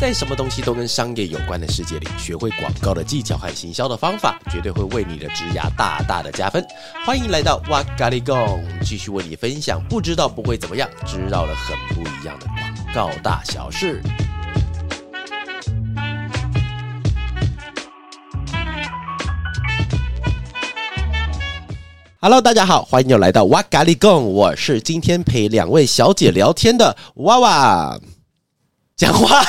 在什么东西都跟商业有关的世界里，学会广告的技巧和行销的方法，绝对会为你的职涯大大的加分。欢迎来到哇咖喱贡，继续为你分享不知道不会怎么样，知道了很不一样的广告大小事。Hello，大家好，欢迎又来到哇咖喱贡，我是今天陪两位小姐聊天的娃娃。讲话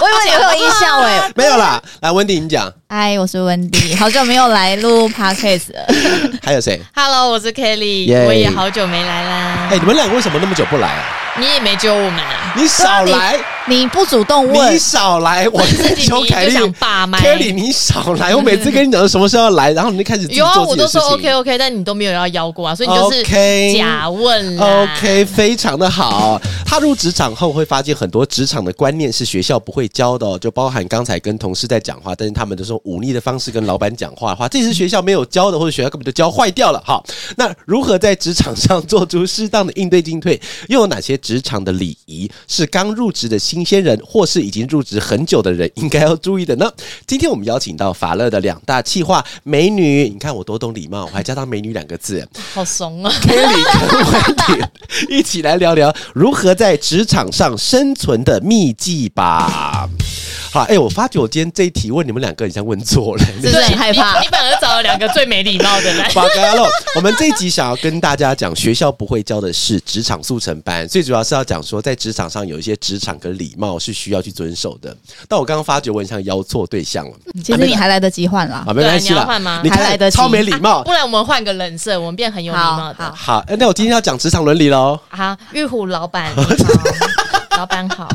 我以为你会有印象哎、 没有啦，来温迪，你讲，嗨，我是温迪，好久没有来录 podcast 了。还有谁？ Hello，我是 Kelly，耶我也好久没来啦。哎、你们两个为什么那么久不来啊？你也没揪我们啊？你少来，你不主动你问，少来，我自己求明凯明就莉想霸麦。 ，Kelly，你少来，我每次跟你讲什么时候要来，然后你就开始自己有啊，做自我己的都事情。说 OK OK，但你都没有要邀过啊，所以你就是 OK 假问啦。 OK，非常的好。踏入职场后，会发现很多职场的观念是学校不会教的、哦，就包含刚才跟同事在讲话，但是他们都是用忤逆的方式跟老板讲话的话，这也是学校没有教的，或者学校根本就教坏掉了。好，那如何在职场上做出适当的应对进退？又有哪些职场的礼仪是刚入职的新鲜人，或是已经入职很久的人应该要注意的呢？今天我们邀请到法乐的两大企划美女，你看我多懂礼貌，我还加上美女两个字。好 怂啊！ Kelly 跟 Wendy 一起来聊聊如何在职场上生存的秘技吧。好，哎、我发觉我今天这一题问你们两个，很像问错 了。。是不是很害怕你你反而找了两个最没礼貌的来巴嘎喽！我们这一集想要跟大家讲，学校不会教的是职场速成班，最主要是要讲说，在职场上有一些职场跟礼貌是需要去遵守的。但我刚刚发觉我很像邀错对象了，其实你还来得及换啦啊，。没关系对啊你啦要换吗，你还来看得及超 没礼貌不。然我们换个人设，我们变很有礼貌的。好好，哎那我今天要讲职场伦理喽。好，玉虎 老板你好，老板好。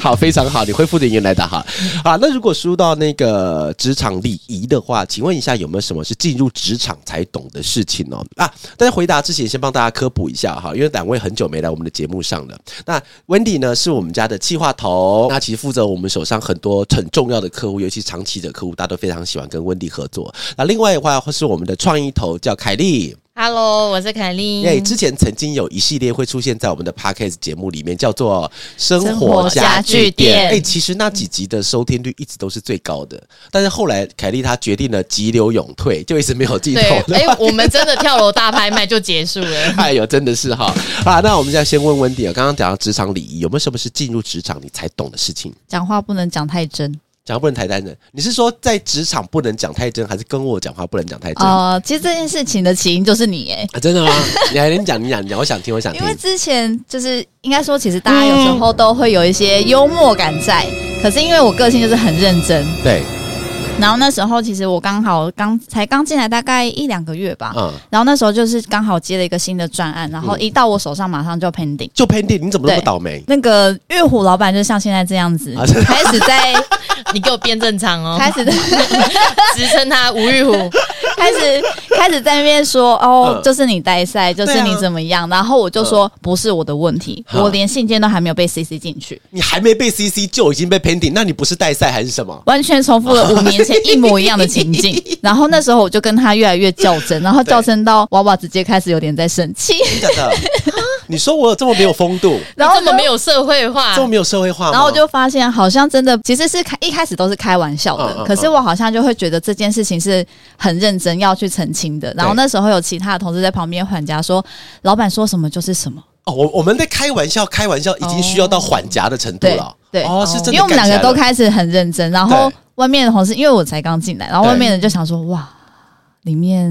好，非常好，你恢复的原来的哈。啊，那如果说到那个职场礼仪的话，请问一下有没有什么是进入职场才懂的事情哦？啊，在回答之前，先帮大家科普一下哈，因为两位很久没来我们的节目上了。那 Wendy 呢，是我们家的企划头，那其实负责我们手上很多很重要的客户，尤其长期的客户，大家都非常喜欢跟 Wendy 合作。那另外的话是我们的创意头叫凯莉， Hello，我是凯莉。嗯因为哎之前曾经有一系列会出现在我们的 podcast 节目里面，叫做《生生活活家家具具店》。店哎，其实那几集的收听率一直都是最高的，但是后来凯莉她决定了急流勇退，就一直没有进对头，哎、我们真的跳楼大拍卖就结束了。 哎呦，真的是哈啊！那我们现在先问温迪啊，刚刚讲到职场礼仪，有没有什么是进入职场你才懂的事情？讲话不能讲太真。讲话不能太单人，你是说在职场不能讲太真，还是跟我讲话不能讲太真？呃，其实这件事情的起因就是你哎、啊、真的吗？你来，你讲，你讲，你讲，我想听，我想因听。为之前就是应该说，其实大家有时候都会有一些幽默感在，可是因为我个性就是很认真，对，然后那时候其实我刚好刚才刚进来大概一两个月吧，嗯，然后那时候就是刚好接了一个新的专案，然后一到我手上马上就 pending。就 Pandy，你怎么那么对倒霉？那个玉虎老板就像现在这样子啊真，开始 在你给我变正 常哦，开始在 直称他吴玉虎。开始开始在那边说哦嗯，就是你呆塞，就是你怎么样，然后我就说不是我的问题，嗯我连信件都还没有被 CC 进去，你还没被 CC 就已经被 pending，那你不是代赛还是什么？完全重复了五年前一模一样的情境。然后那时候我就跟他越来越较真，然后较真到娃娃直接开始有点在生气，真的假的？你说我有这么没有风度， 然后这么就没有社会化这，么没有社会化吗？啊然后我就发现，好像真的其实是开一开始都是开玩笑的，嗯嗯可是我好像就会觉得这件事情是很认真要去澄清的。然后那时候有其他的同事在旁边缓颊说，老板说什么就是什么，哦，我我们在开玩笑，开玩笑已经需要到缓夹的程度了。对对哦，是真的，因为我们两个都。开始很认真。然后对外面的同事，因为我才刚进来，然后外面的就想说，哇，里面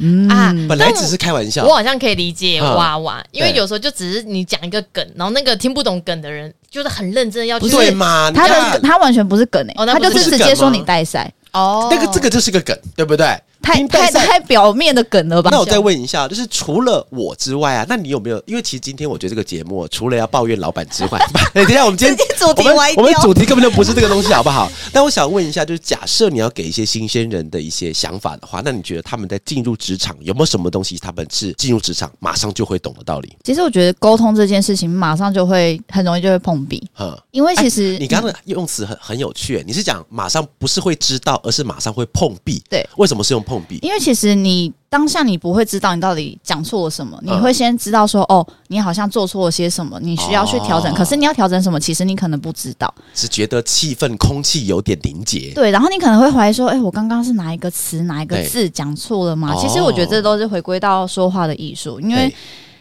嗯啊本来只是开玩笑我，好像可以理解嗯娃娃，因为对有时候就只是你讲一个梗，然后那个听不懂梗的人就是很认真地要去不对嘛？你他的看他完全不是梗诶、欸哦那他不就是是直梗吗接说你带赛，哦那个这个就是个梗，对不对？太听代太赛太表面的梗了吧？那我再 问一下，就是除了我之外啊，那你有没有？因为其实今天我觉得这个节目除了要抱怨老板之外， 哎，等一下我们今天直接主我题们歪掉我们主题根本就不是这个东西，好不好？ 但我想问一下，就是假设你要给一些新鲜人的一些想法的话，那你觉得他们在进入职场有没有什么东西，他们是进入职场马上就会懂的道理？其实我觉得沟通这件事情，马上就会很容易就会碰壁，哈、因为其实、哎你刚刚的用词很很有趣，你是讲马上不是会知道，而是马上会碰壁。对，为什么是用碰壁。因为其实你当下你不会知道你到底讲错了什么，你嗯会先知道说哦，你好像做错了些什么，你需要去调整。哦可是你要调整什么，其实你可能不知道。只觉得气氛、空气有点凝结。对，然后你可能会怀疑说，哎、我刚刚是哪一个词、哪一个对字讲错了吗？哦其实我觉得这都是回归到说话的艺术，因为对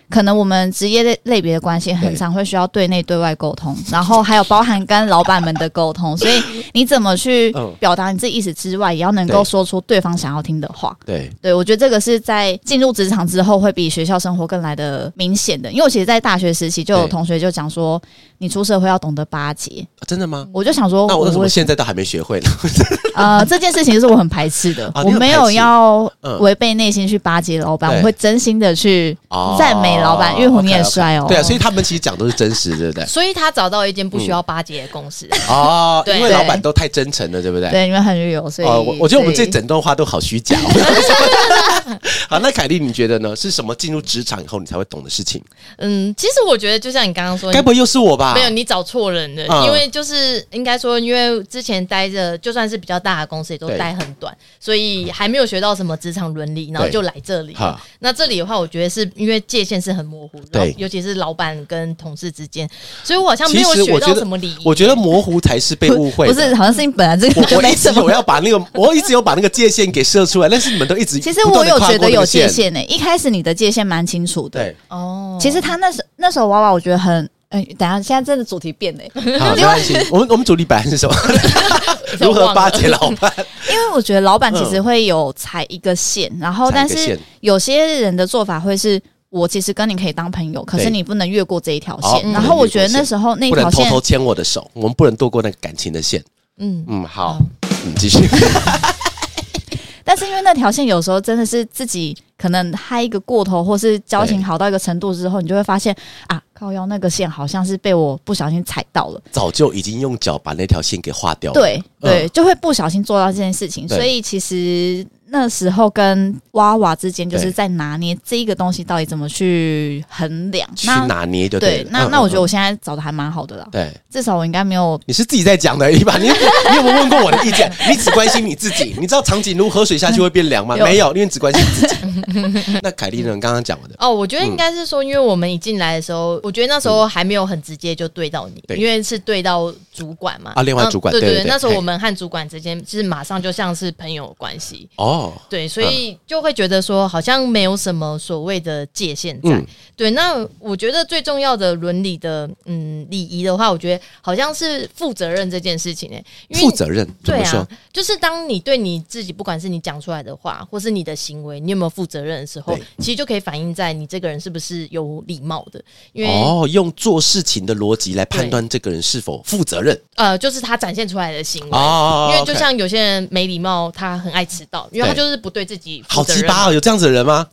可能我们职业类类别的关系，很对常会需要对内对外沟通，然后还有包含跟老板们的沟通，所以你怎么去嗯表达你自己意思之外，也要能够对说出对方想要听的话。对，对，我觉得这个是在进入职场之后，会比学校生活更来的明显的。因为我其实，在大学时期就有对同学就讲说，你出社会要懂得巴结。啊真的吗？我就想说，那我为什我么现在都还没学会呢？呃，这件事情是我很排斥的， 啊我你很没排有斥要嗯违背内心去巴结老板，对我会真心的去哦赞美老板。玉虎你也帅哦 OK，OK 对啊，所以他们其实讲都是真实，对不 对？所以他找到一间不需要巴结的公司。哦，对因为老板都太真诚了，对不对？对，你们很 real，所以哎哦，我我觉得我们所这以整段话都好虚假哦。 好，那凯莉，你觉得呢？是什么进入职场以后你才会懂的事情？嗯，其实我觉得就像你刚刚说，该不会又是我吧？没有，你找错人了，嗯因为就是应该说，因为之前待着就算是比较大的公司，也都对待很短，所以还没有学到什么职场伦理，然后对就来这里。哈，那这里的话，我觉得是因为界限是很模糊，对然后尤其是老板跟同事之间，所以我好像其没实有学我觉到得什么礼仪。我觉得模糊才是被误会不的。是，好像是你本来这个我就我没一直什么有要把那个，我一直有把那个界限给设出来，但是你们都一直 其实不我断地有跨觉过得那有个界线，限呢、欸一开始你的界限蛮清楚的。对，哦，其实他那时那时候娃娃，我觉得很。哎、等一下，现在真的主 题变了欸、好，没关系。我们我们主力版是什么？如何巴结老板？因为我觉得老板其实会有踩一个线，然后但嗯踩一个是线有些人的做法会是我其实跟你可以当朋友，可是对你不能越过这一条哦线。然后我觉得那时候那不能条偷线偷牵我的手，我们不能度过那个感情的线。嗯，嗯，好好，嗯，继续。但是因为那条线有时候真的是自己可能嗨一个过头，或是交情好到一个程度之后，你就会发现啊，靠腰那个线好像是被我不小心踩到了。早就已经用脚把那条线给划掉了。对嗯对，就会不小心做到这件事情。对所以其实那时候跟娃娃之间就是对在拿捏这一个东西到底怎么去衡量。去那拿捏就对了，那嗯那我觉嗯得我现在找的还蛮好的啦嗯，对。至少我应该没有。你是自己在讲的而已吧？你 你有没有问过我的意 见？你只关心你自己。你知道长颈鹿喝水下去会变 凉吗？有没有，因为你只关心自己。那凯莉呢？刚刚讲我的，嗯哦，我觉得应该是说，因为我们一进来的时候，我觉得那时候还没有很直接就对到你，对因为是对到主管嘛。啊另外那主管对对对对，对那时候嘿我们和主管之间是马上就像是朋友的关系，哦，对，所以就会觉得说好像没有什么所谓的界限在。嗯对，那我觉得最重要的伦理的嗯礼仪的话，我觉得好像是负责任这件事情诶、欸因为负责任怎对么啊说？，就是当你对你自己，不管是你讲出来的话，或是你的行为，你有没有负责任的时候对，其实就可以反映在你这个人是不是有礼貌的。因为、哦，用做事情的逻辑来判断这个人是否负责任呃，就是他展现出来的行为。哦因为就 OK 像有些人没礼貌，他很爱迟到，因为他对就是不对自己好负责鸡任巴哦，有这样子的人 吗？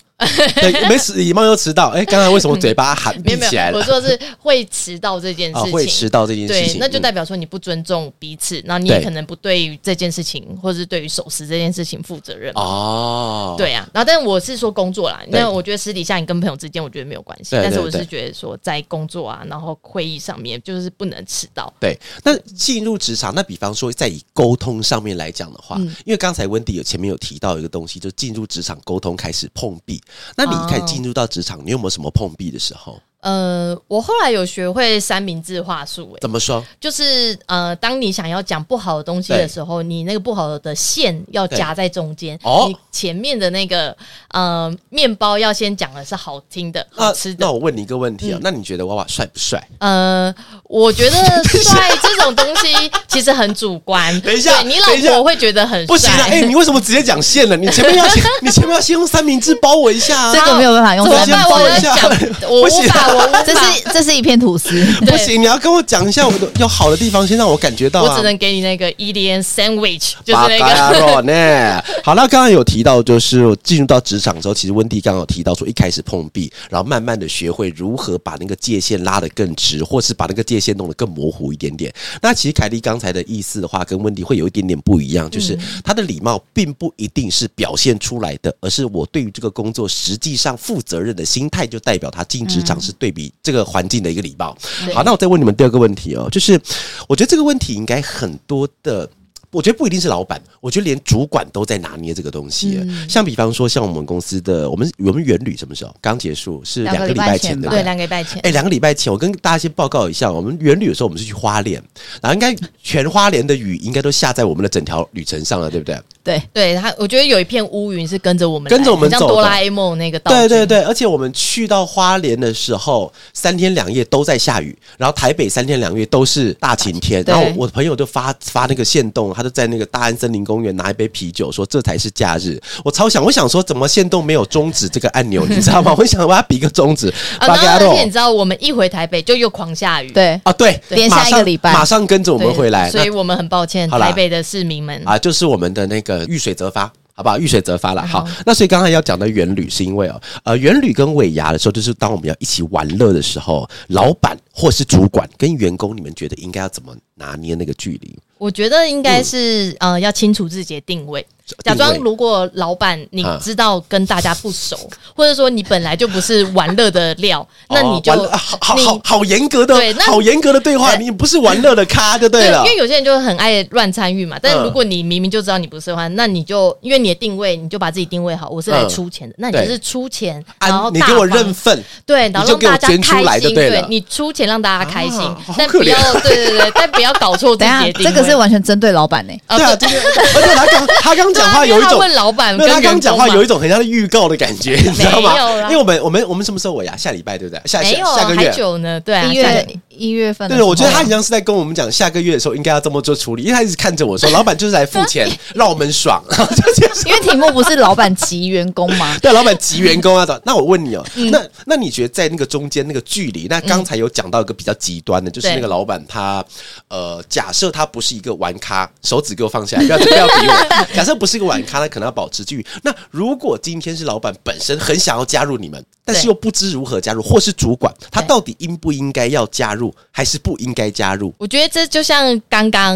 对，没迟礼貌又迟到。哎，刚才为什么嘴巴喊 没闭有没起来有，了我？说的是会迟到这件啊，事会情。迟到这件事对，情，那就嗯代表说你不尊重彼此，那你也对可能不对于这件事情，或是对于守时这件事情负责任嘛。哦，对啊，然后但我是说工作啦，对那我觉得私底下你跟朋友之间，我觉得没有关系，对对但是我对是觉得说在工作啊，然后会议上面就是不能迟到。对，那进入职场，那比方说在以沟通上面来讲的嗯话，因为刚才温迪有前面有提到一个东西，就进入职场沟通开始碰壁。那你一开始哦进入到职场，你有没有什么碰壁的时候？呃，我后来有学会三明治话术、欸，怎么说？就是呃，当你想要讲不好的东西的时候，你那个不好的线要夹在中间，哦你前面的那个呃面包要先讲的是好听的、好那吃的啊嗯那。我问你一个问题啊，那你觉得娃娃帅不帅？呃，我觉得 帅这种东西其实很主观。等一下对你等一下老婆会觉得很帅。不 行啊！哎、你为什么直接讲线了？你前面要先，你前面要先用三明治包我一下这啊！个没有办法用怎三么先明放办？哎我在一下讲，我无不行法，啊 我无法，这是这是一片吐司， 对不行，你要跟我讲一下我的有好的地方，先让我感觉到、啊。我只能给你那个 EDN sandwich，就是八嘎那个。呀肉呢？好，那刚刚有提到，就是我进入到职场之后，其实温蒂刚刚有提到说，一开始碰壁，然后慢慢的学会如何把那个界限拉得更直，或是把那个界限弄得更模糊一点点。那其实凯莉刚才的意思的话，跟温蒂会有一点点不一样，嗯就是她的礼貌并不一定是表现出来的，而是我对于这个工作实际上负责任的心态，就代表她进职场是对比这个环境的一个礼貌。对好，那我再问你们第二个问题哦，就是我觉得这个问题应该很多的我觉得不一定是老板，我觉得连主管都在拿捏这个东西了。像比方说，像我们公司的，我们我们原旅什么时候刚结束？是两两个个礼礼拜拜前前吧的。对，两个礼拜前哎，两个礼拜前，我跟大家先报告一下，我们原旅有时候我们是去花莲，然后应该全花莲的雨应该都下在我们的整条旅程上了，对不对？对，对他，我觉得有一片乌云是跟着我们来的，跟着我们像走的哆啦 A 梦那个道对具，对对，而且我们去到花莲的时候，三天两夜都在下雨，然后台北三天两夜都是大晴天。对然后我朋友就发发那个线动，他就在那个大安森林公园拿一杯啤酒，说这才是假日。我超想，我想说怎么线动没有终止这个按钮，你知 道吗？我想把它比个终哦止，啊，把然给后它而且弄你知道，我们一回台北就又狂下雨，对，啊，对，对连下马上一个礼拜马上跟着我对，们回来。所以我们很抱歉，好啦台北的市民们。啊，就是我们的那个遇水则发。好不好？遇水则发了。好好，那所以刚才要讲的元旅，是因为哦，呃，元旅跟尾牙的时候，就是当我们要一起玩乐的时候，老板或是主管跟员工，你们觉得应该要怎么拿捏那个距离？我觉得应该是、呃，要清楚自己的定位，假嗯定装位如果老板你啊知道跟大家不熟，嗯或者说你本来就不是玩乐的 料，那哦你就、玩乐啊好好你好好严格的对，那好严格的对话，对你不是玩乐的咖就对了因。为有些人就很爱乱参与嘛。但是嗯如果你明明就知道你不是欢，那你就因为你的定位，你就把自己定位好，我是来嗯出钱的，那你就是出钱，然啊后，你大给我方认份，对，然后你就让给我大家捐出开来就心，对了你出钱让大家开心，啊好但可不怜要对对对，但不要搞错自等一下己的定位。呃这个是完全针对老板呢、哦对啊， 这个而且他刚他刚对讲啊话因有为一他种问老板没跟有，他员刚工讲话嘛有一种很像的预告的感 觉，你知道吗没有因啦？为我们我们我们什么时候尾牙？下礼拜对不对？下没有下啊个还月。久呢，对啊，一下个月一月份的对，时候，我觉得他很像是在跟我们讲下个月的时候应该要这么做处理，因为他一直看着我 说，老板就是来付钱让我们爽，然后就结束。因为题目不是老板及员工吗？对，老板急员工啊，怎么那我问你哦，嗯那那你觉得在那个中间那个距离，那刚才有讲到一个比较极端的，就是对那个老板他呃，假设他不是一个玩咖，手指给我放 下来，不要不要逼我。假设不是一个玩咖，他可能要保持距离。那如果今天是老板本身很想要加入你们，但是对又不知如何加入，或是主管他对到底应不应该要加入，还是不应该加 入？我觉得这就像刚刚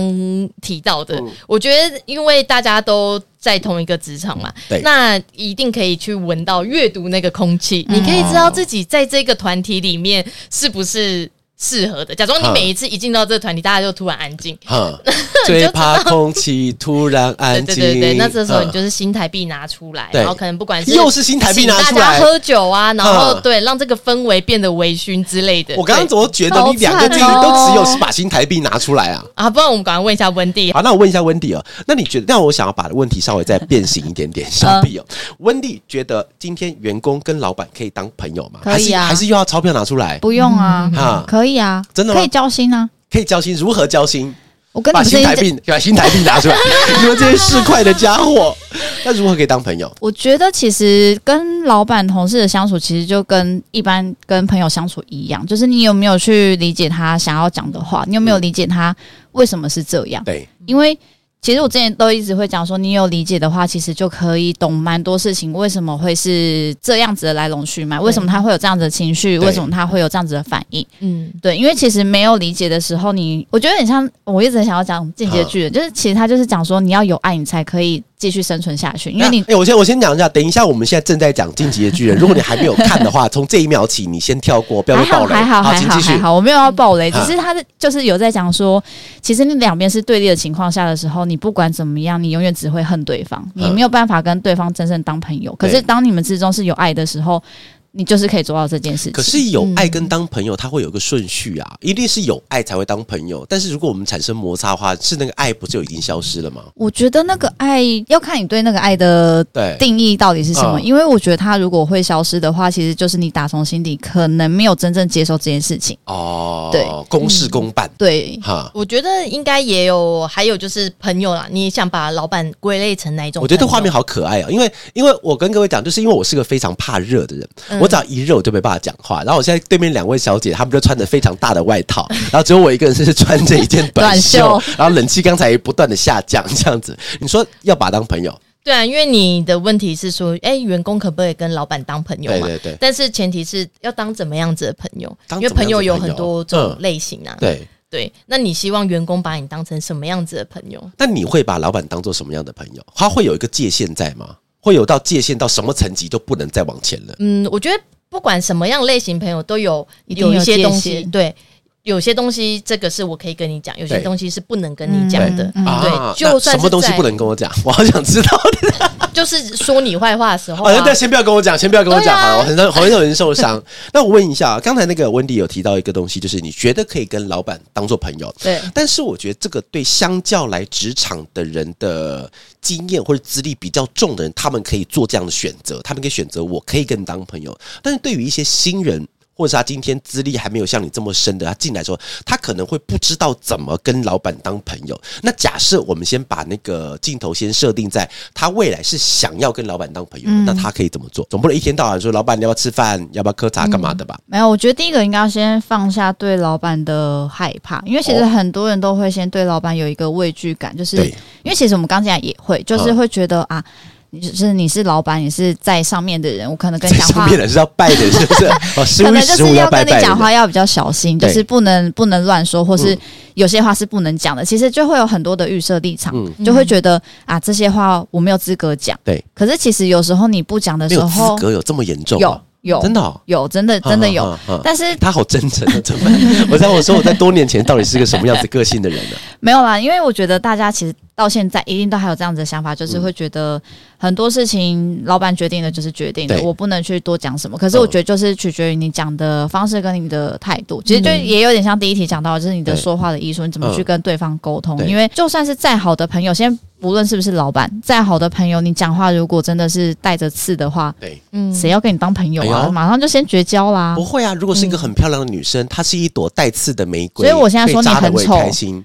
提到的，嗯我觉得因为大家都在同一个职场嘛对，那一定可以去闻到、阅读那个空气，嗯你可以知道自己在这个团体里面是不是适合的。假装你嗯每一次一进到这个团体，大家就突然安静，哼，最怕空气突然安对静。对对对，那这时候你嗯就是新台币拿出来，对然后可能不管是又是新台币拿出请大来家喝酒啊，然后嗯对让这个氛围变得微醺之类的。我刚刚对怎么觉得你两个字都只有是把新台币拿出来啊？啊，不然我们赶快问一下温蒂，好，那我问一下温蒂哦，那你觉得？那我想要把问题稍微再变形一点点，小毕哦，温蒂觉得今天员工跟老板可以当朋友吗？可以啊还是还是又要钞票拿出来？ 不用啊，啊可以啊，真的吗可以交心啊。可以交心，如何交心？我跟你把不是新一台直币把 新台币拿出来，你们这些市侩的家伙，那如何可以当朋友？我觉得其实跟老板、同事的相处，其实就跟一般跟朋友相处一样，就是你有没有去理解他想要讲的话，你有没有理解他为什么是这样？对，因为其实我之前都一直会讲说，你有理解的话，其实就可以懂蛮多事情为什么会是这样子的来龙去脉，为什么他会有这样子的情绪，对为什么他会有这样子的反应。嗯，对，因为其实没有理解的时候你，我觉得很像，我一直很想要讲进阶剧，就是其实他就是讲说，你要有爱，你才可以继续生存下去，因为你哎、我先我先讲一下，等一下我们现在正在讲《进击的巨人》，如果你还没有看的话，从这一秒起你先跳过，不要还被好爆雷。还好还请好继还续。好，我没有要爆雷，只嗯是他的就是有在讲说，其实你两边是对立的情况下的时候，你不管怎么样，你永远只会恨对方，你嗯没有办法跟对方真正当朋友。可对是当你们之中是有爱的时候，你就是可以做到这件事情。嗯可是有爱跟当朋友，它会有个顺序啊，一定是有爱才会当朋友。但是如果我们产生摩擦的话，是那个爱不就已经消失了吗？我觉得那个爱要看你对那个爱的对，定义到底是什么，哎嗯因为我觉得它如果会消失的话，其实就是你打从心底可能没有真正接受这件事情。哦，对，嗯公事公办，对，哈。我觉得应该也有，还有就是朋友啦，你想把老板归类成哪一种朋友？我觉得这画面好可爱啊，因为因为我跟各位讲，就是因为我是个非常怕热的人，嗯我只要一热我就没办法讲话。然后我现在对面两位小姐，她们就穿着非常大的外 套，然后只有我一个人是穿着一件短短袖袖，然后冷气刚才也不断的下降，这样子。你说要把她当朋友，对啊，因为你的问题是说，哎、员工可不可以跟老板当朋友啊对嘛？对对但是前提是要当怎么样子的朋友，当因为怎么朋样子的友有朋很友多种嗯类型啊。对。对，那你希望员工把你当成什么样子的朋友？那你会把老板当做什么样的朋友？他会有一个界限在吗？会有到界限到什么层级就不能再往前了？嗯，我觉得不管什么样类型朋友都有一定有一些东界西，限对。有些东西这个是我可以跟你讲，有些对东西是不能跟你讲的。嗯嗯对啊，就那算什是么东西在不能跟我讲，我好想知道。 就是说你坏话的时候、好像啊但，先不要跟我讲，先不要跟我讲好了，我很让很让人受伤。那我问一下，啊刚才那个温迪有提到一个东西，就是你觉得可以跟老板当做朋友，对但是我觉得这个对相较来职场的人的经验或者资历比较重的人，他们可以做这样的选择，他们可以选择我可以跟你当朋友，但是对于一些新人。或者是他今天资历还没有像你这么深的，他进来之后，他可能会不知道怎么跟老板当朋友。那假设我们先把那个镜头先设定在他未来是想要跟老板当朋友的，嗯那他可以怎么做？总不能一天到晚说老板你要不要吃饭，要不要喝茶干嘛的吧？没有，我觉得第一个应该要先放下对老板的害怕，因为其实哦很多人都会先对老板有一个畏惧感，就是对因为其实我们刚进来也会，就是嗯会觉得、啊，你就是你是老板，你是在上面的人，我可能跟你在讲上 话面。的是要拜的，是不是？哦，十可五能一就十是五要拜跟你拜的。讲话要比较小心，对就是不能不能乱说，或是嗯有些话是不能讲的。其实就会有很多的预设立场，嗯就会觉得啊这些话我没有资格讲。对，可是其实有时候你不讲的没时有资候，格有这么严重、有啊？有真的、哦，有真的真的有，啊啊啊但是他好真诚啊！怎么 办？我在我说我在多年前到底是个什么样子个性的人啊 呢、没有啦，因为我觉得大家其实到现在一定都还有这样子的想法，嗯就是会觉得很多事情老板决定的就是决定的，对我不能去多讲什么。可是我觉得就是取决于你讲的方式跟你的态度，其实就也有点像第一题讲到的，就是你的嗯对说话的艺术，你怎么嗯去跟对方沟通对。因为就算是再好的朋友，先无论是不是老板，再好的朋友，你讲话如果真的是带着刺的话，对，嗯谁要跟你当朋友哎呦啊？马上就先绝交啦不。会啊！如果是一个很漂亮的女生，她是一朵带刺的玫瑰，所以我现在说被扎得你很我也丑开心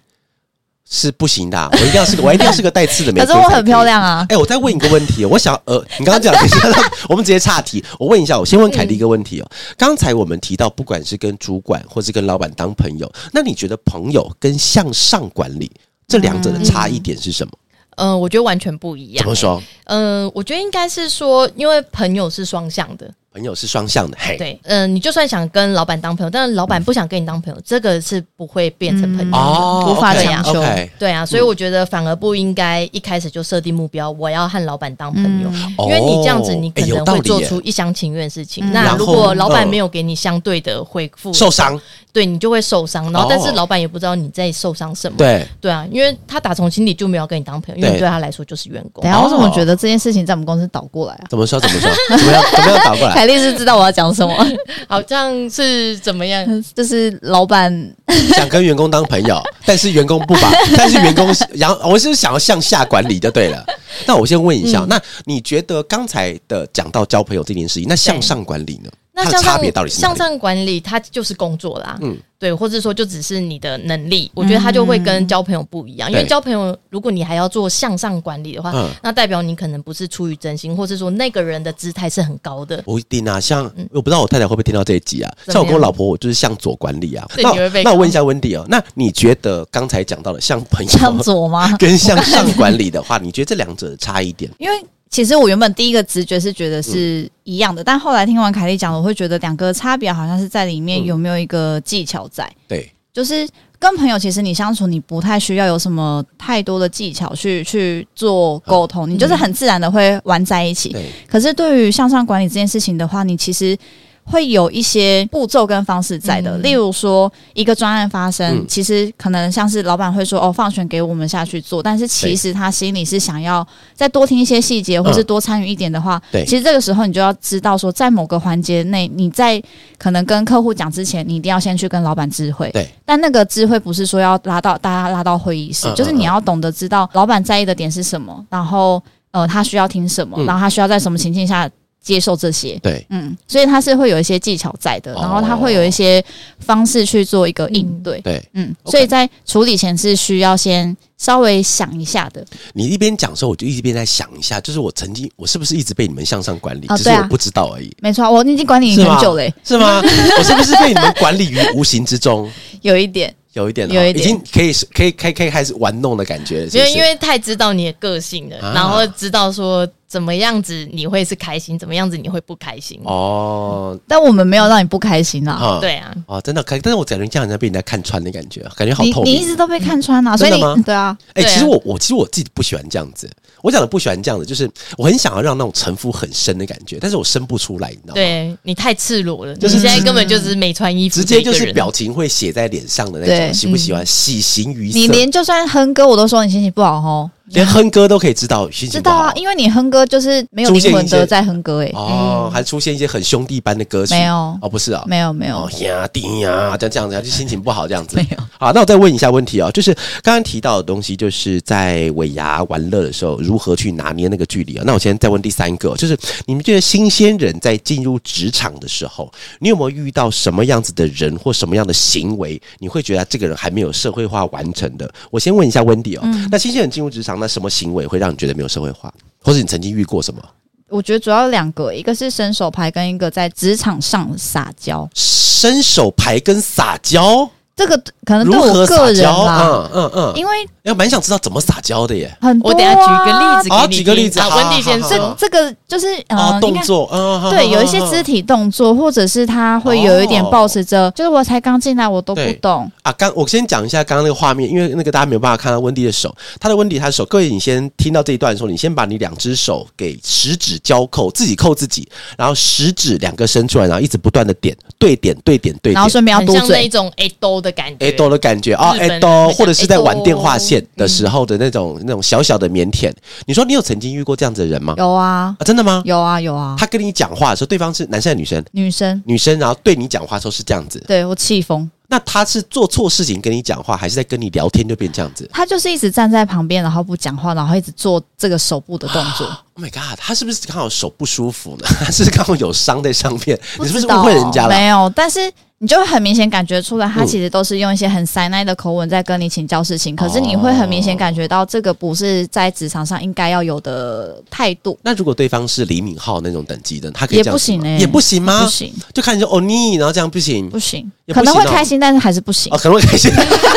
是不行的啊、我一定要是个，我一定要是个带刺的玫 瑰。可是我很漂。亮啊。 哎、我再问一个问题哦，我想，呃，你刚刚讲 的， 我们直接岔题。我问一下，我先问凯莉一个问题哦。刚才我们提到，不管是跟主管或是跟老板当朋友，那你觉得朋友跟向上管理这两者的差异点是什么？嗯、我觉得完全不一样、怎么说？嗯、我觉得应该是说，因为朋友是双向的，朋友是双向的，嘿，对，嗯、你就算想跟老板当朋友，但是老板不想跟你当朋友，这个是不会变成朋友的。哦，无法对强呀求 OK 对啊，所以我觉得反而不应该一开始就设定目标，我要和老板当朋友，嗯哦因为你这样子你可哎有能道会理做耶出一厢情愿的事情。嗯那然如后果老板嗯没有给你相对的回复，受伤，对你就会受伤，然哦后但是老板也不知道你在受伤什么。对，对啊，因为他打从心里就没有跟你当朋友，因为对你对他来说就是员工等一。下，我怎么哦觉得这件事情在我们公司倒过来啊？怎么说？怎么说？怎么样？怎么样倒过来？凯莉是知道我要讲什么， 好像是怎么样？就是老板想跟员工当朋友，但是员工不 把，但是员工是，然后我是想要向下管理就对了。那我先问一嗯下，那你觉得刚才的讲到交朋友这件事情，那向上管理呢？ 那它向的差上别到底是哪向里？上管理，它就是工作啦，嗯嗯，对，或者说就只是你的能力，我觉得它就会跟交朋友不一样，因为对交朋友，如果你还要做向上管理的话，嗯那代表你可能不是出于真心，或是说那个人的姿态是很高的，不一定啊，像我不知道我太太会不会听到这一集啊。怎么样像我跟我老婆，我就是向左管理啊。对那你会被那我告问一下温迪哦，那你觉得刚才讲到的向朋向友左吗？跟向上管理的 话，你觉得这两者的差异点？ 因为其实我原本第一个直觉是觉得是一样的，但后来听完凯莉讲，我会觉得两个差别好像是在里面嗯有没有一个技巧在，对，就是。跟朋友其实你相处，你不太需要有什么太多的技巧去去做沟通，你就是很自然的会玩在一起。对，可是对于向上管理这件事情的话，你其实会有一些步骤跟方式在的。嗯例如说，一个专案发生，嗯其实可能像是老板会说：“哦，放权给我们下去做。”但是其实他心里是想要再多听一些细节，或是多参与一点的话，嗯对其实这个时候你就要知道说，在某个环节内，你在可能跟客户讲之前，你一定要先去跟老板知会。对，但那个知会不是说要拉到大家拉到会议室，嗯就是你要懂得知道老板在意的点是什么，然后呃他需要听什么，嗯然后他需要在什么情境下接受这些。对，嗯，所以他是会有一些技巧在的，哦然后他会有一些方式去做一个应对。对。嗯， OK 所以在处理前是需要先稍微想一下的。你一边讲的时候，我就一边在想一下，就是我曾经我是不是一直被你们向上管理，啊只是对啊我不知道而已，没错啊，我已经管理你是吗很久欸嘞，？是 吗？我是不是被你们管理于无形之中？有一点。有一点哦，有一点已经可以可以可以可以开始玩弄的感觉了，是因不为是？因为太知道你的个性了，啊然后知道说怎么样子你会是开心，怎么样子你会不开心。哦，但我们没有让你不开心啦，啊，对啊，哦，真的可以，但是我感觉这样好像被人家看穿的感觉，感觉好你透你一明。嗯直都被看穿啦，所真以的你吗对啊，哎、对啊其实我我其实我自己不喜欢这样子，我讲的不喜欢这样子，就是我很想要让那种城府很深的感觉，但是我生不出来，你知道吗？对你太赤裸了，就是你现在根本就是没穿衣服直的接一个就人，是表情会写在脸上的那对嗯种，喜不喜欢？喜形于色，你连就算哼歌，我都说你心情不好哦。连哼歌都可以知道心知情不道好啊，，因为你哼歌就是没有出灵现魂一些的在哼歌、欸，哎、哦，还出现一些很兄弟般的歌曲，没有哦，不是啊，没有没有，哦呀弟呀，这样这样子，就心情不好这样子没。有，好，那我再问一下问题哦，就是刚刚提到的东西，就是在尾牙玩乐的时候，如何去拿捏那个距离啊、那我先再问第三个，哦就是你们觉得新鲜人在进入职场的时候，你有没有遇到什么样子的人或什么样的行为，你会觉得这个人还没有社会化完成的？我先问一下温迪哦，嗯那新鲜人进入职场，那什么行为会让你觉得没有社会化，或是你曾经遇过什么？我觉得主要两个，一个是伸手牌，跟一个在职场上撒娇。伸手牌跟撒娇，这个可能对如我何个撒人娇？啦，嗯嗯嗯，因为哎，我蛮想知道怎么撒娇的耶。很多、我啊。等一下举个例子给你听、好哦举个例子好好温蒂先好好这说好。这个就是哦呃，，应动该作，嗯， 对，有一些肢体体动作，或者是他会有一点保持哦着，就是我才刚进来，我都不对懂。啊。刚我先讲一下刚刚那个画面，因为那个大家没有办法看到温迪的手，他的温迪他的手。各位，你先听到这一段的时候，你先把你两只手给食指交扣，自己扣自己，然后食指两个伸出来，然后一直不断的点，对点，对点，对然后点。顺便要很嘟像那嘴，一种 A 兜的感觉哎，哆的感觉啊，日本哎人哆，会或者讲是在哎玩哆电话线的时候的那种那种小小的腼腆。你说你有曾经遇过这样子的人吗？有啊，啊，真的吗？有啊，有啊，他跟你讲话的时候，对方是男生还是女生？女生，女生，然后对你讲话的时候是这样子。对我气疯，那他是做错事情跟你讲话，还是在跟你聊天就变这样子他就是一直站在旁边，然后不讲话，然后一直做这个手部的动作。 ？Oh my god！他是不是刚好手不舒服呢？ 他是刚好有伤在上面？不你是不知是道误会人家了？没有，但是你就会很明显感觉出来，他嗯其实都是用一些很塞奶的口吻在跟你请教事情，可是你会很明显感觉到这个不是在职场上应该要有的态度，那如果对方是李敏镐那种等级的，他可以也这样不子吗行欸也不行吗？不行就看你说哦你，然后这样不行不行，也不可行能会哦开心，但是还是不行哦，。可能会开心。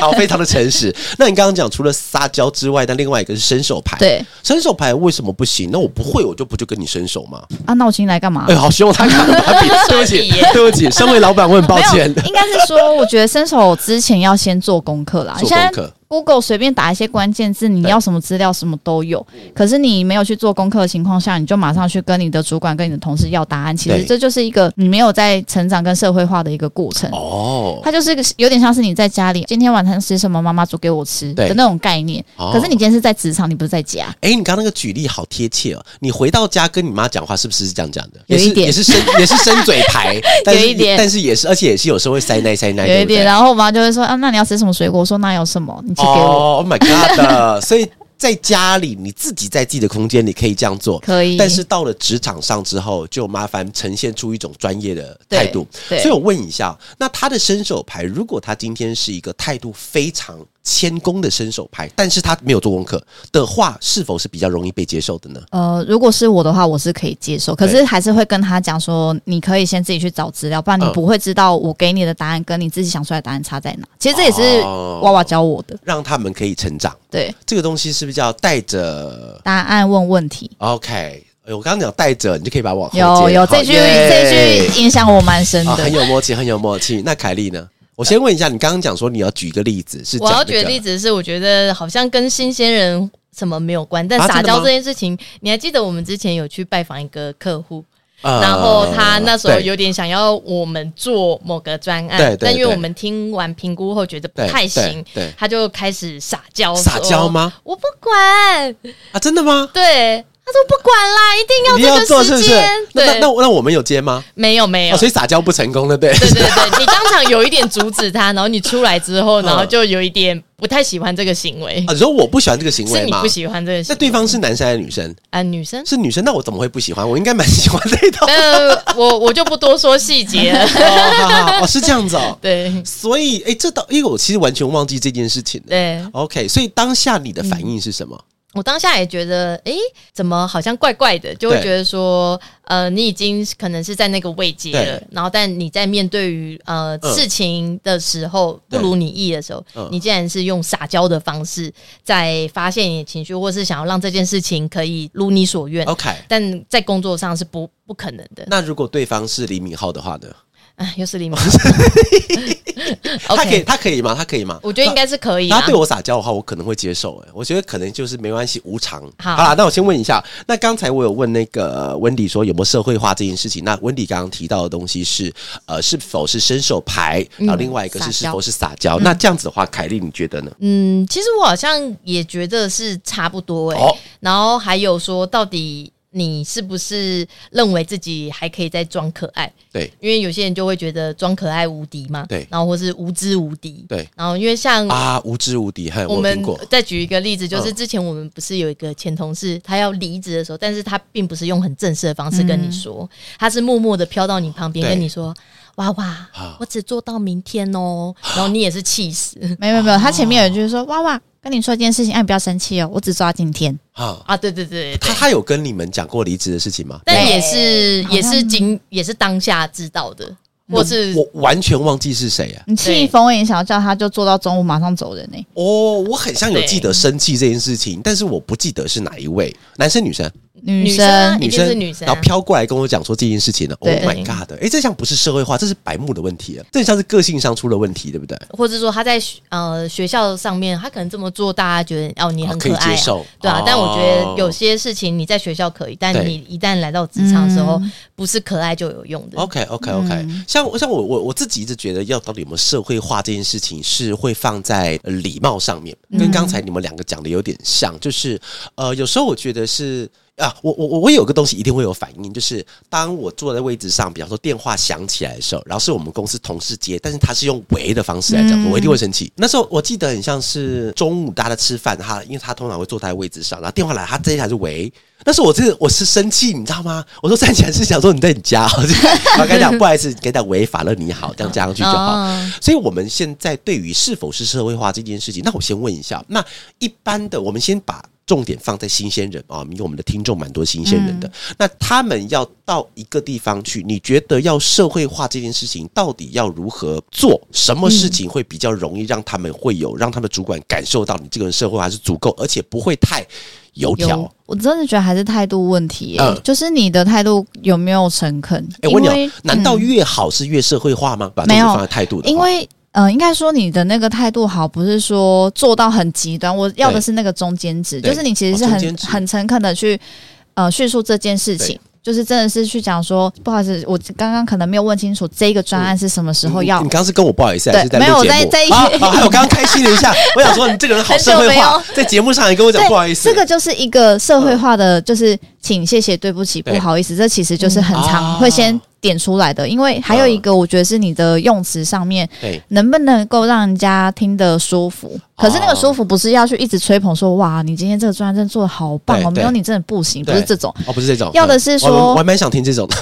好，非常的诚实。那你刚刚讲除了撒娇之外，那另外一个是伸手牌。，对伸手牌为什么不行？那我不会，我就不就跟你伸手吗？啊，那我请你来 干嘛哎、？好凶，他看把柄，对 不比起耶，对不起，身为老板我很抱没有歉。，应该是说，我觉得伸手之前要先做功课啦。做你现功在课。 Google 随便打一些关键字，你对要什么资料什么都有。嗯可是你没有去做功课的情况下，你就马上去跟你的主管、跟你的同事要答案，其实对这就是一个你没有在成长跟社会化的一个过程。哦，它就是个有点像是你在家里今天晚餐吃什么，妈妈煮给我吃对的那种概念。哦可是你今天是在职场，你不是在家。哎、你刚刚那个举例好贴切哦！你回到家跟你妈讲话，是不是是这样讲的？有也一是点也是伸也是伸嘴 牌，但是有一点但是也是，而且也是有时候会塞奶塞奶，有一对不对点，然后我妈就会说：“啊，那你要吃什么水果？”我说：“那有什么？你去给我。哦，Oh my God！所以在家里你自己在自己的空间，你可以这样做。可以。但是到了职场上之后，就麻烦呈现出一种专业的态度。对对所以我问一下，哦那他的伸手牌，如果他今天是一个态度非常谦恭的伸手牌，但是他没有做功课的话，是否是比较容易被接受的呢？呃，如果是我的话，我是可以接受，可是对还是会跟他讲说，你可以先自己去找资料，不然你嗯不会知道我给你的答案跟你自己想出来的答案差在哪。其实这也是哦娃娃教我的，让他们可以成长。对，这个东西是不是叫带着答案问问题。 ？OK，哎我刚刚讲带着，你就可以把它往后有接有好这句耶这句影响我蛮深啊，很的，有默契，很有默契。那凯莉呢？我先问一下，你刚刚讲说你要举一个例子，是我要讲举那的例个子是，我觉得好像跟新鲜人什么没有关，但啊撒真的娇吗这件事情，你还记得我们之前有去拜访一个客户，呃然后他那时候对有点想要我们做某个专案，对对对但因为我们听完评估后觉得不对太行，对对他就开始撒娇，哦撒娇？吗？我不管，啊，真的吗？对，他说不管啦，一定你要要这个做是时不是间，？那那对，那那我们有接吗？没有没有哦，。所以撒娇不成功了，对。对对对，你当场有一点阻止他，然后你出来之后，然后就有一点不太喜欢这个行为，啊，你说我不喜欢这个行是为你吗不？喜欢这个行那为。对方是男生还是女生？啊、女生，是女生，那我怎么会不喜欢？我应该蛮喜欢这一 套。但呃我我就不多说细 节了。哦，好好哦，是这样子哦。对所以，哎，这倒，因为我其实完全忘记这件事情了。对， OK，所以当下你的反应是什么？我当下也觉得，诶，怎么好像怪怪的，就会对觉得说，呃，你已经可能是在那个位阶了对，然后但你在面对于呃嗯事情的时候不对如你意的时候嗯，你竟然是用撒娇的方式在发泄你的情绪，或是想要让这件事情可以如你所愿， OK，但在工作上是不不可能的。 那如果对方是李敏镐的话呢？哎，又是李敏，他可以， OK，他可以吗？他可以吗？我觉得应该是可以啊他。对我撒娇的话，我可能会接受、哎，我觉得可能就是没关系，无偿。好啦，那我先问一下，那刚才我有问那个温迪说有没有社会化这件事情？那温迪刚刚提到的东西是，呃，是否是伸手牌？然嗯后另外一个是撒是娇否是撒娇？那这样子的话，凯莉你觉得呢？嗯，其实我好像也觉得是差不多哎、哦然后还有说，到底你是不是认为自己还可以再装可爱？对因为有些人就会觉得装可爱无敌嘛，对然后或是无知无敌，对然后因为像啊，无知无敌，哼，嗯我我们呃听过。再举一个例子，就是嗯之前我们不是有一个前同事，他要离职的时候，但是他并不是用很正式的方式跟你说，他是默默的飘到你旁边嗯对啊跟你说：“哇哇，我只做到明天哦。”然后你也是 气死 没有没有没有，他前面有一句说：“哇哇，跟你说一件事情，哎，你不要生气哦，我只抓今天。啊，啊！对对对对他对，他有跟你们讲过离职的事情吗？但也是好像也是仅也是当下知道的，或是我完全忘记是谁啊呀、你气疯了，你想要叫他就做到中午马上走人呢、哦，我很像有对记得生气这件事情，但是我不记得是哪一位，男生女生。女生啊生一定是女生啊然后飘过来跟我讲说这件事情了。Oh 对 my god！哎、这像不是社会化，这是白目的问题了，啊这很像是个性上出了问题，对不对？或者说他在学呃学校上面，他可能这么做，大家觉得哦你很可可以爱、接啊。受，对啊，但我觉得有哦些事情你在学校可以，但对你一旦来到职场的时候嗯，不是可爱就有用的。 OK OK OK，、像我像我我我自己一直觉得要到底有没有社会化这件事情是会放在呃礼貌上面，跟刚才你们两个讲的有点像，就是呃有时候我觉得是。啊，我我我我有个东西一定会有反应，就是当我坐在位置上，比方说电话响起来的时候，然后是我们公司同事接，但是他是用喂的方式来讲，我一定会生气。那时候我记得很像是中午大家在吃饭，他因为他通常会坐在位置上，然后电话来，他这一下就喂，那时候我真的我是生气，你知道吗？我说站起来是想说你在你家，我就我跟他讲不好意思，跟他讲违法了你好，这样加上去就好。嗯所以我们现在对于是否是社会化这件事情，那我先问一下，那一般的我们先把。重点放在新鲜人啊，因为我们的听众蛮多新鲜人的。嗯那他们要到一个地方去，你觉得要社会化这件事情，到底要如何做？什么事情会比较容易让他们会有，让他们主管感受到你这个人社会化是足够，而且不会太油条？油我真的觉得还是态度问题、耶嗯就是你的态度有没有诚恳？哎、因我为嗯讲，难道越好是越社会化吗？把重没点有放在态度的话，因为呃，应该说你的那个态度好，不是说做到很极端。我要对的是那个中间值，对就是你其实是哦中很、间值很诚恳的去呃叙述这件事情对。就是真的是去讲说，不好意思，我刚刚可能没有问清楚这个专案是什么时候你要你刚刚是跟我嗯不好意思，还是在对没有录我节在目在啊啊！还有我刚刚开心了一下，我想说你这个人好社会化很久，在节目上还跟我讲对不好意思，这个就是一个社会化的，就是请、谢谢、对不起、对不好意思，这其实就是很啊常会先点出来的。因为还有一个，我觉得是你的用词上面对能不能够让人家听得舒服。哦可是那个舒服不是要去一直吹捧说哇，你今天这个专案真的做的好棒对哦，对没有你真的不行，不对是这种。哦，不是这种，要的是嗯说我我还蛮想听这种的。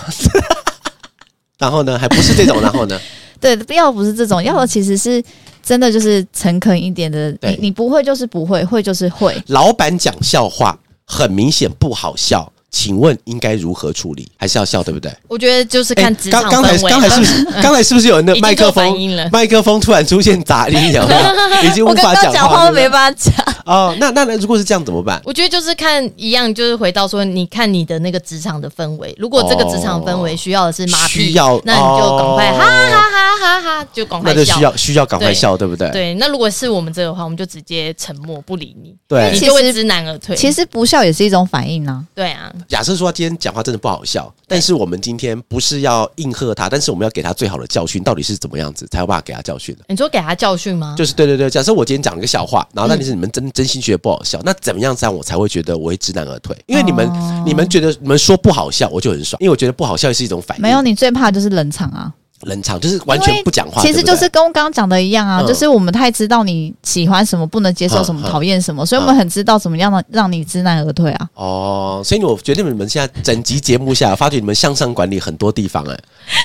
然后呢，还不是这种，然后呢，对，要的不是这嗯种，要的其实是真的就是诚恳一点的。对你你不会就是不会，会就是会。老板讲笑话很明显不好笑，请问应该如何处理？还是要笑，对不对？我觉得就是哎看职场刚刚才氛围吧。啊刚才是不 是刚才是不是有人的已经麦克做反应风了麦克风突然出现杂音，有没有？已经无我刚法刚讲讲话话了都没办法讲，哦，那那那如果是这样怎么办？我觉得就是看一样，就是回到说，你看你的那个职场的氛围。如果这个职场氛围需要的是麻哦需痹，要那你就赶快哦哈哈哈哈哈，就赶那快就需笑。要需要赶快对笑，对不对？对，那如果是我们这个的话，我们就直接沉默不理你，对你其就会实知难而退。其实不笑也是一种反应啊。对啊，假设说他今天讲话真的不好笑，但是我们今天不是要应和他，但是我们要给他最好的教训，到底是怎么样子才有办法给他教训呢？你说给他教训啊吗？就是对对对，假设我今天讲了一个笑话，然后但是你们真、真心觉得不好笑，那怎么样这样我才会觉得我会知难而退？因为你们、哦你们觉得你们说不好笑，我就很爽，因为我觉得不好笑是一种反应，没有，你最怕的就是冷场啊。冷场，就是哎完全不讲话，其实对不对就是跟我刚刚讲的一样啊，嗯就是我们太知道你喜欢什么，不能接受什么嗯，嗯讨厌什么，所以我们很知道怎么样让让你知难而退啊。哦，所以我觉得你们现在整集节目下来，发觉你们向上管理很多地方哎、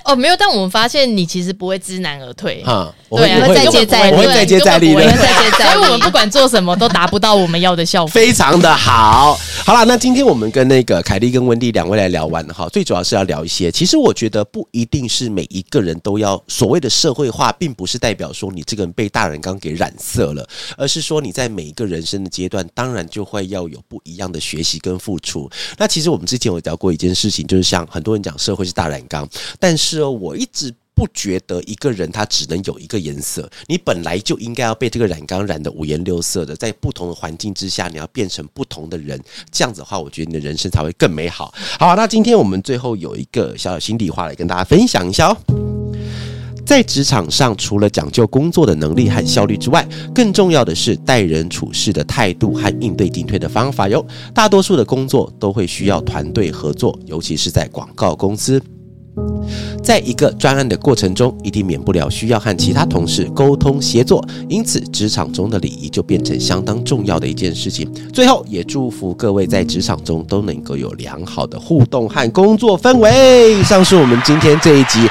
哦，没有，但我们发现你其实不会知难而退。哈、我对啊，我会再根本接不会再我厉会对再接根再本厉不的会，再接再厉 所以我们不管做什么都达不到我们要的效果。非常的好。好啦，那今天我们跟那个凯莉跟温蒂两位来聊完了哈，最主要是要聊一些，其实我觉得不一定是每一个人都要所谓的社会化，并不是代表说你这个人被大染缸给染色了，而是说你在每一个人生的阶段，当然就会要有不一样的学习跟付出。那其实我们之前有聊过一件事情，就是像很多人讲社会是大染缸，但是哦，我一直。不觉得一个人他只能有一个颜色，你本来就应该要被这个染缸染的五颜六色的，在不同的环境之下，你要变成不同的人，这样子的话，我觉得你的人生才会更美好。好，那今天我们最后有一个小小心底话来跟大家分享一下哦。在职场上，除了讲究工作的能力和效率之外，更重要的是待人处事的态度和应对进退的方法哟。大多数的工作都会需要团队合作，尤其是在广告公司。在一个专案的过程中，一定免不了需要和其他同事沟通协作，因此职场中的礼仪就变成相当重要的一件事情。最后，也祝福各位在职场中都能够有良好的互动和工作氛围。以上是我们今天这一集